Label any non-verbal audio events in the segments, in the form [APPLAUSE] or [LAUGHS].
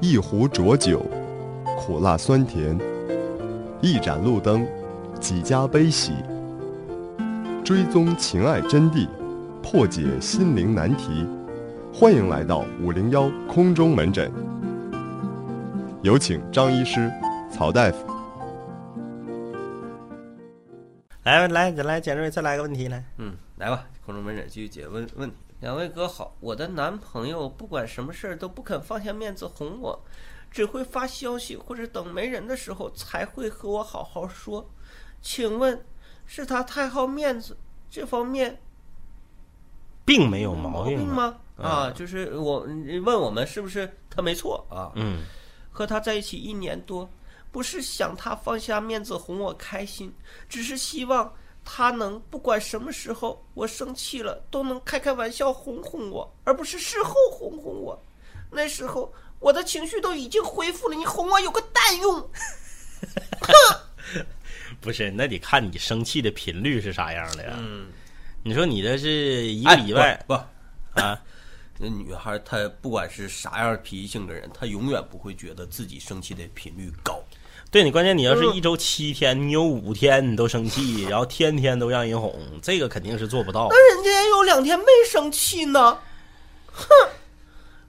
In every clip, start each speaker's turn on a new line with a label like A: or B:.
A: 一壶浊酒，苦辣酸甜；一盏路灯，几家悲喜。追踪情爱真谛，破解心灵难题。欢迎来到五零幺空中门诊，有请张医师、曹大夫。
B: 来来来，简瑞再来个问题来。
C: 嗯，来吧，空中门诊继续解问问题。两位哥好，我的男朋友不管什么事儿都不肯放下面子哄我，只会发消息或者等没人的时候才会和我好好说。请问，是他太好面子这方面
B: 并没有
C: 有
B: 毛
C: 病
B: 病嘛？
C: 吗？啊，就是我你问我们是不是他没错啊？
B: 嗯，
C: 和他在一起一年多，不是想他放下面子哄我开心，只是希望他能不管什么时候我生气了，都能开开玩笑哄哄我，而不是事后哄哄我。那时候我的情绪都已经恢复了，你哄我有个蛋用？
B: 不是，那得看你生气的频率是啥样的呀。
C: 嗯，哎
B: 你说你这是一个礼拜，
C: 不
B: [LAUGHS] 啊，
C: 那女孩她不管是啥样脾性的人，她永远不会觉得自己生气的频率高。
B: 对你关键你要
C: 嗯
B: 是一周七天，你有五天你都生
C: [LAUGHS]
B: 气，然后天天都让人哄，这个肯定是做不到。
C: 那人家也有两天没生气呢。哼，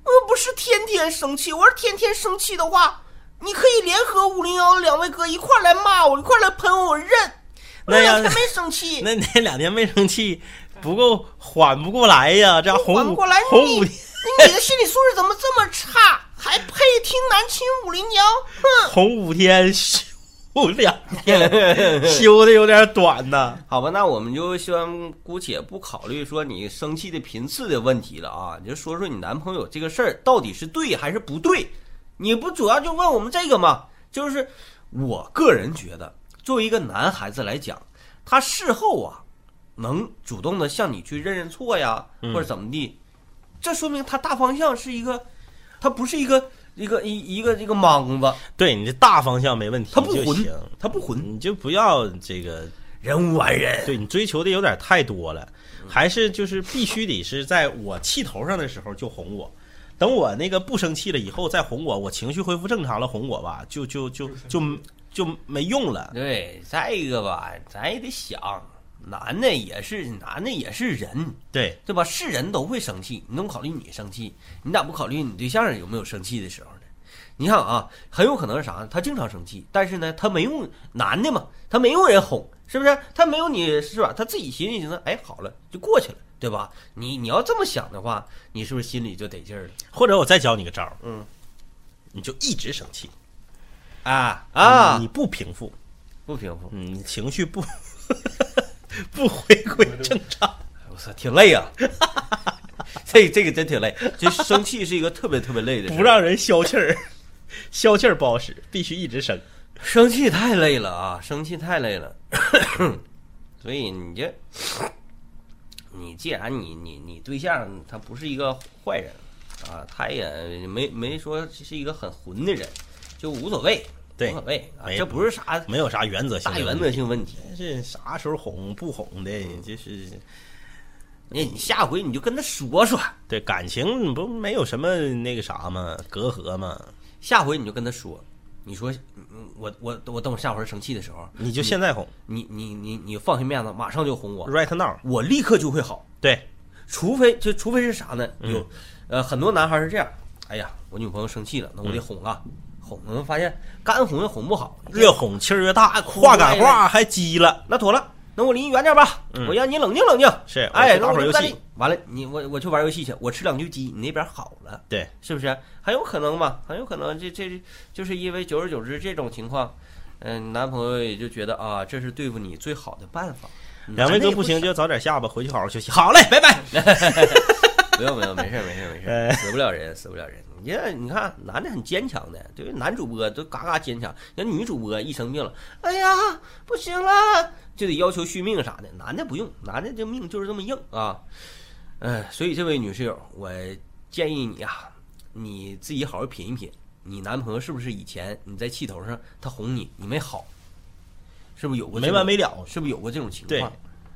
C: 我不是天天生气，我要是天天生气的话，你可以联合五零幺两位哥一块儿来骂我，一块儿来喷我，我认。
B: 那要
C: 两
B: 是
C: 天没生气，
B: 那那两天没生气，不够缓不过来呀，这样
C: 缓
B: 哄
C: 不
B: 五
C: 过来，
B: 哄
C: 你
B: 五
C: 你
B: 天，
C: 你的心理素质怎么这么差？还配听南秦五零幺？
B: [LAUGHS]
C: 哼！
B: 哄五天休两天，
C: [LAUGHS]
B: 休的有点短呐。
C: 好吧，那我们就先姑且不考虑说你生气的频次的问题了啊，你就说说你男朋友这个事儿到底是对还是不对？你不主要就问我们这个吗？就是我个人觉得，作为一个男孩子来讲，他事后啊，能主动的向你去认认错呀，或者怎么地，这说明他大方向是一个，他不是一个一个一一个一个莽子，
B: 对你这大方向没问题
C: 他不
B: 就
C: 混
B: 行，，
C: 他不混，
B: 你就不要这个
C: 人无完人。
B: 对你追求的有点太多了，还是就是必须得是在我气头上的时候就哄我，等我那个不生气了以后再哄我，我情绪恢复正常了哄我吧，就就就就就没用了。
C: 对，再一个吧，咱也得想，男的也是男的也是人，
B: 对，
C: 对吧？是人都会生气，你怎么考虑你生气？你咋不考虑你对象有没有生气的时候呢？你看啊，很有可能是啥呢？他经常生气，但是呢，他没用男的嘛，他没用人哄，是不是？他没有你是吧？他自己寻思寻思，哎，好了，就过去了，对吧？你你要这么想的话，你是不是心里就得劲儿了？
B: 或者我再教你个招儿，
C: 嗯，
B: 你就一直生气
C: 啊啊
B: 你，不平复，
C: 不平复，
B: 嗯你情绪不 [LAUGHS] 不回归正常，
C: 我操，挺累呀、 [LAUGHS] 这这个真挺累，这生气是一个特别特别累的事儿，
B: 不让人消气儿， [LAUGHS] 消气儿不好使，必须一直生。
C: 生气太累了啊，生气太累了。所以你这，你既然你你你对象他不是一个坏人啊，他也没没说是一个很混的人，就无所谓，
B: 对
C: 无所谓啊，
B: 没
C: 这不是啥
B: 没有啥哦原则性嗯
C: 大
B: 的问题，
C: 原则性问题。
B: 但是啥时候哄不哄的，就是
C: 那你下回你就跟他说说，
B: 对感情不没有什么那个啥嘛，隔阂嘛，
C: 下回你就跟他说，你说，嗯我我我等我下回生气的时候，
B: 你就现在哄
C: 你你你你放下面子，马上就哄我，
B: ，right now，
C: 我立刻就会好。
B: 对，
C: 除非就除非是啥呢？
B: 嗯
C: 有，呃，很多男孩是这样，哎呀，我女朋友生气了，那
B: 嗯
C: 我得哄啊，哄了发现干哄也哄不好，
B: 越哄气儿越大，
C: 哄
B: 话赶
C: 坏了
B: 话还急了，
C: 那妥了，那我离你远点吧，我让你冷静冷静。
B: 嗯是我
C: 哎，
B: 去
C: 那
B: 打会儿
C: 我就
B: 游
C: 在
B: 戏
C: 这完了，你我我去玩游戏去，我吃两局鸡，你那边好了。
B: 对，
C: 是不是？很有可能嘛，很有可能这这就是因为久而久之这种情况，嗯、你男朋友也就觉得啊，这是对付你最好的办法。嗯
B: 两位哥不行就早点下吧，回去好好休息。好嘞，拜拜。
C: 不用不用，没事儿没事儿没事
B: 哎
C: 儿，死不了人死不了人。你这你看，男的很坚强的，对于男主播都嘎嘎坚强，那女主播一生病了，哎呀不行了，就得要求续命啥的。男的不用，男的这命就是这么硬啊。哎，所以这位女室友，我建议你啊，你自己好好品一品，你男朋友是不是以前你在气头上他哄你，你没好，是不是有过这
B: 没
C: 种
B: 完没了
C: 是不是有过这种情
B: 对
C: 况？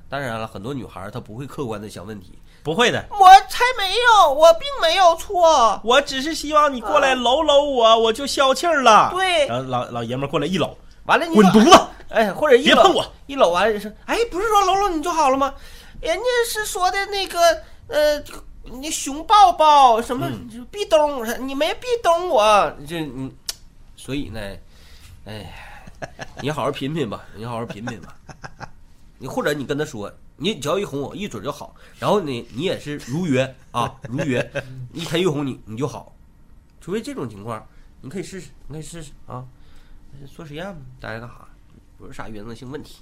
C: 当然了，很多女孩儿她不会客观的想问题，
B: 不会的，
C: 我才没有，我并没有错。
B: 我只是希望你过来搂搂我，我就消气儿了。
C: 对
B: 然后老老爷们儿过来一搂，
C: 完了你
B: 滚犊子！
C: 哎，或者一
B: 别
C: 搂
B: 碰我，
C: 一搂完了就说，哎，不是说搂搂你就好了吗？人家是说的那个呃，你熊抱抱什么
B: 嗯
C: 壁咚，你没壁咚我，这嗯，所以呢，哎，你好好品品吧，你好好品品吧。你或者你跟他说，你只要一哄我一准就好，然后你你也是如约啊，如约，一他一哄你你就好，除非这种情况，你可以试试，你可以试试啊，做实验嘛，大家干啥？不是啥原则性问题。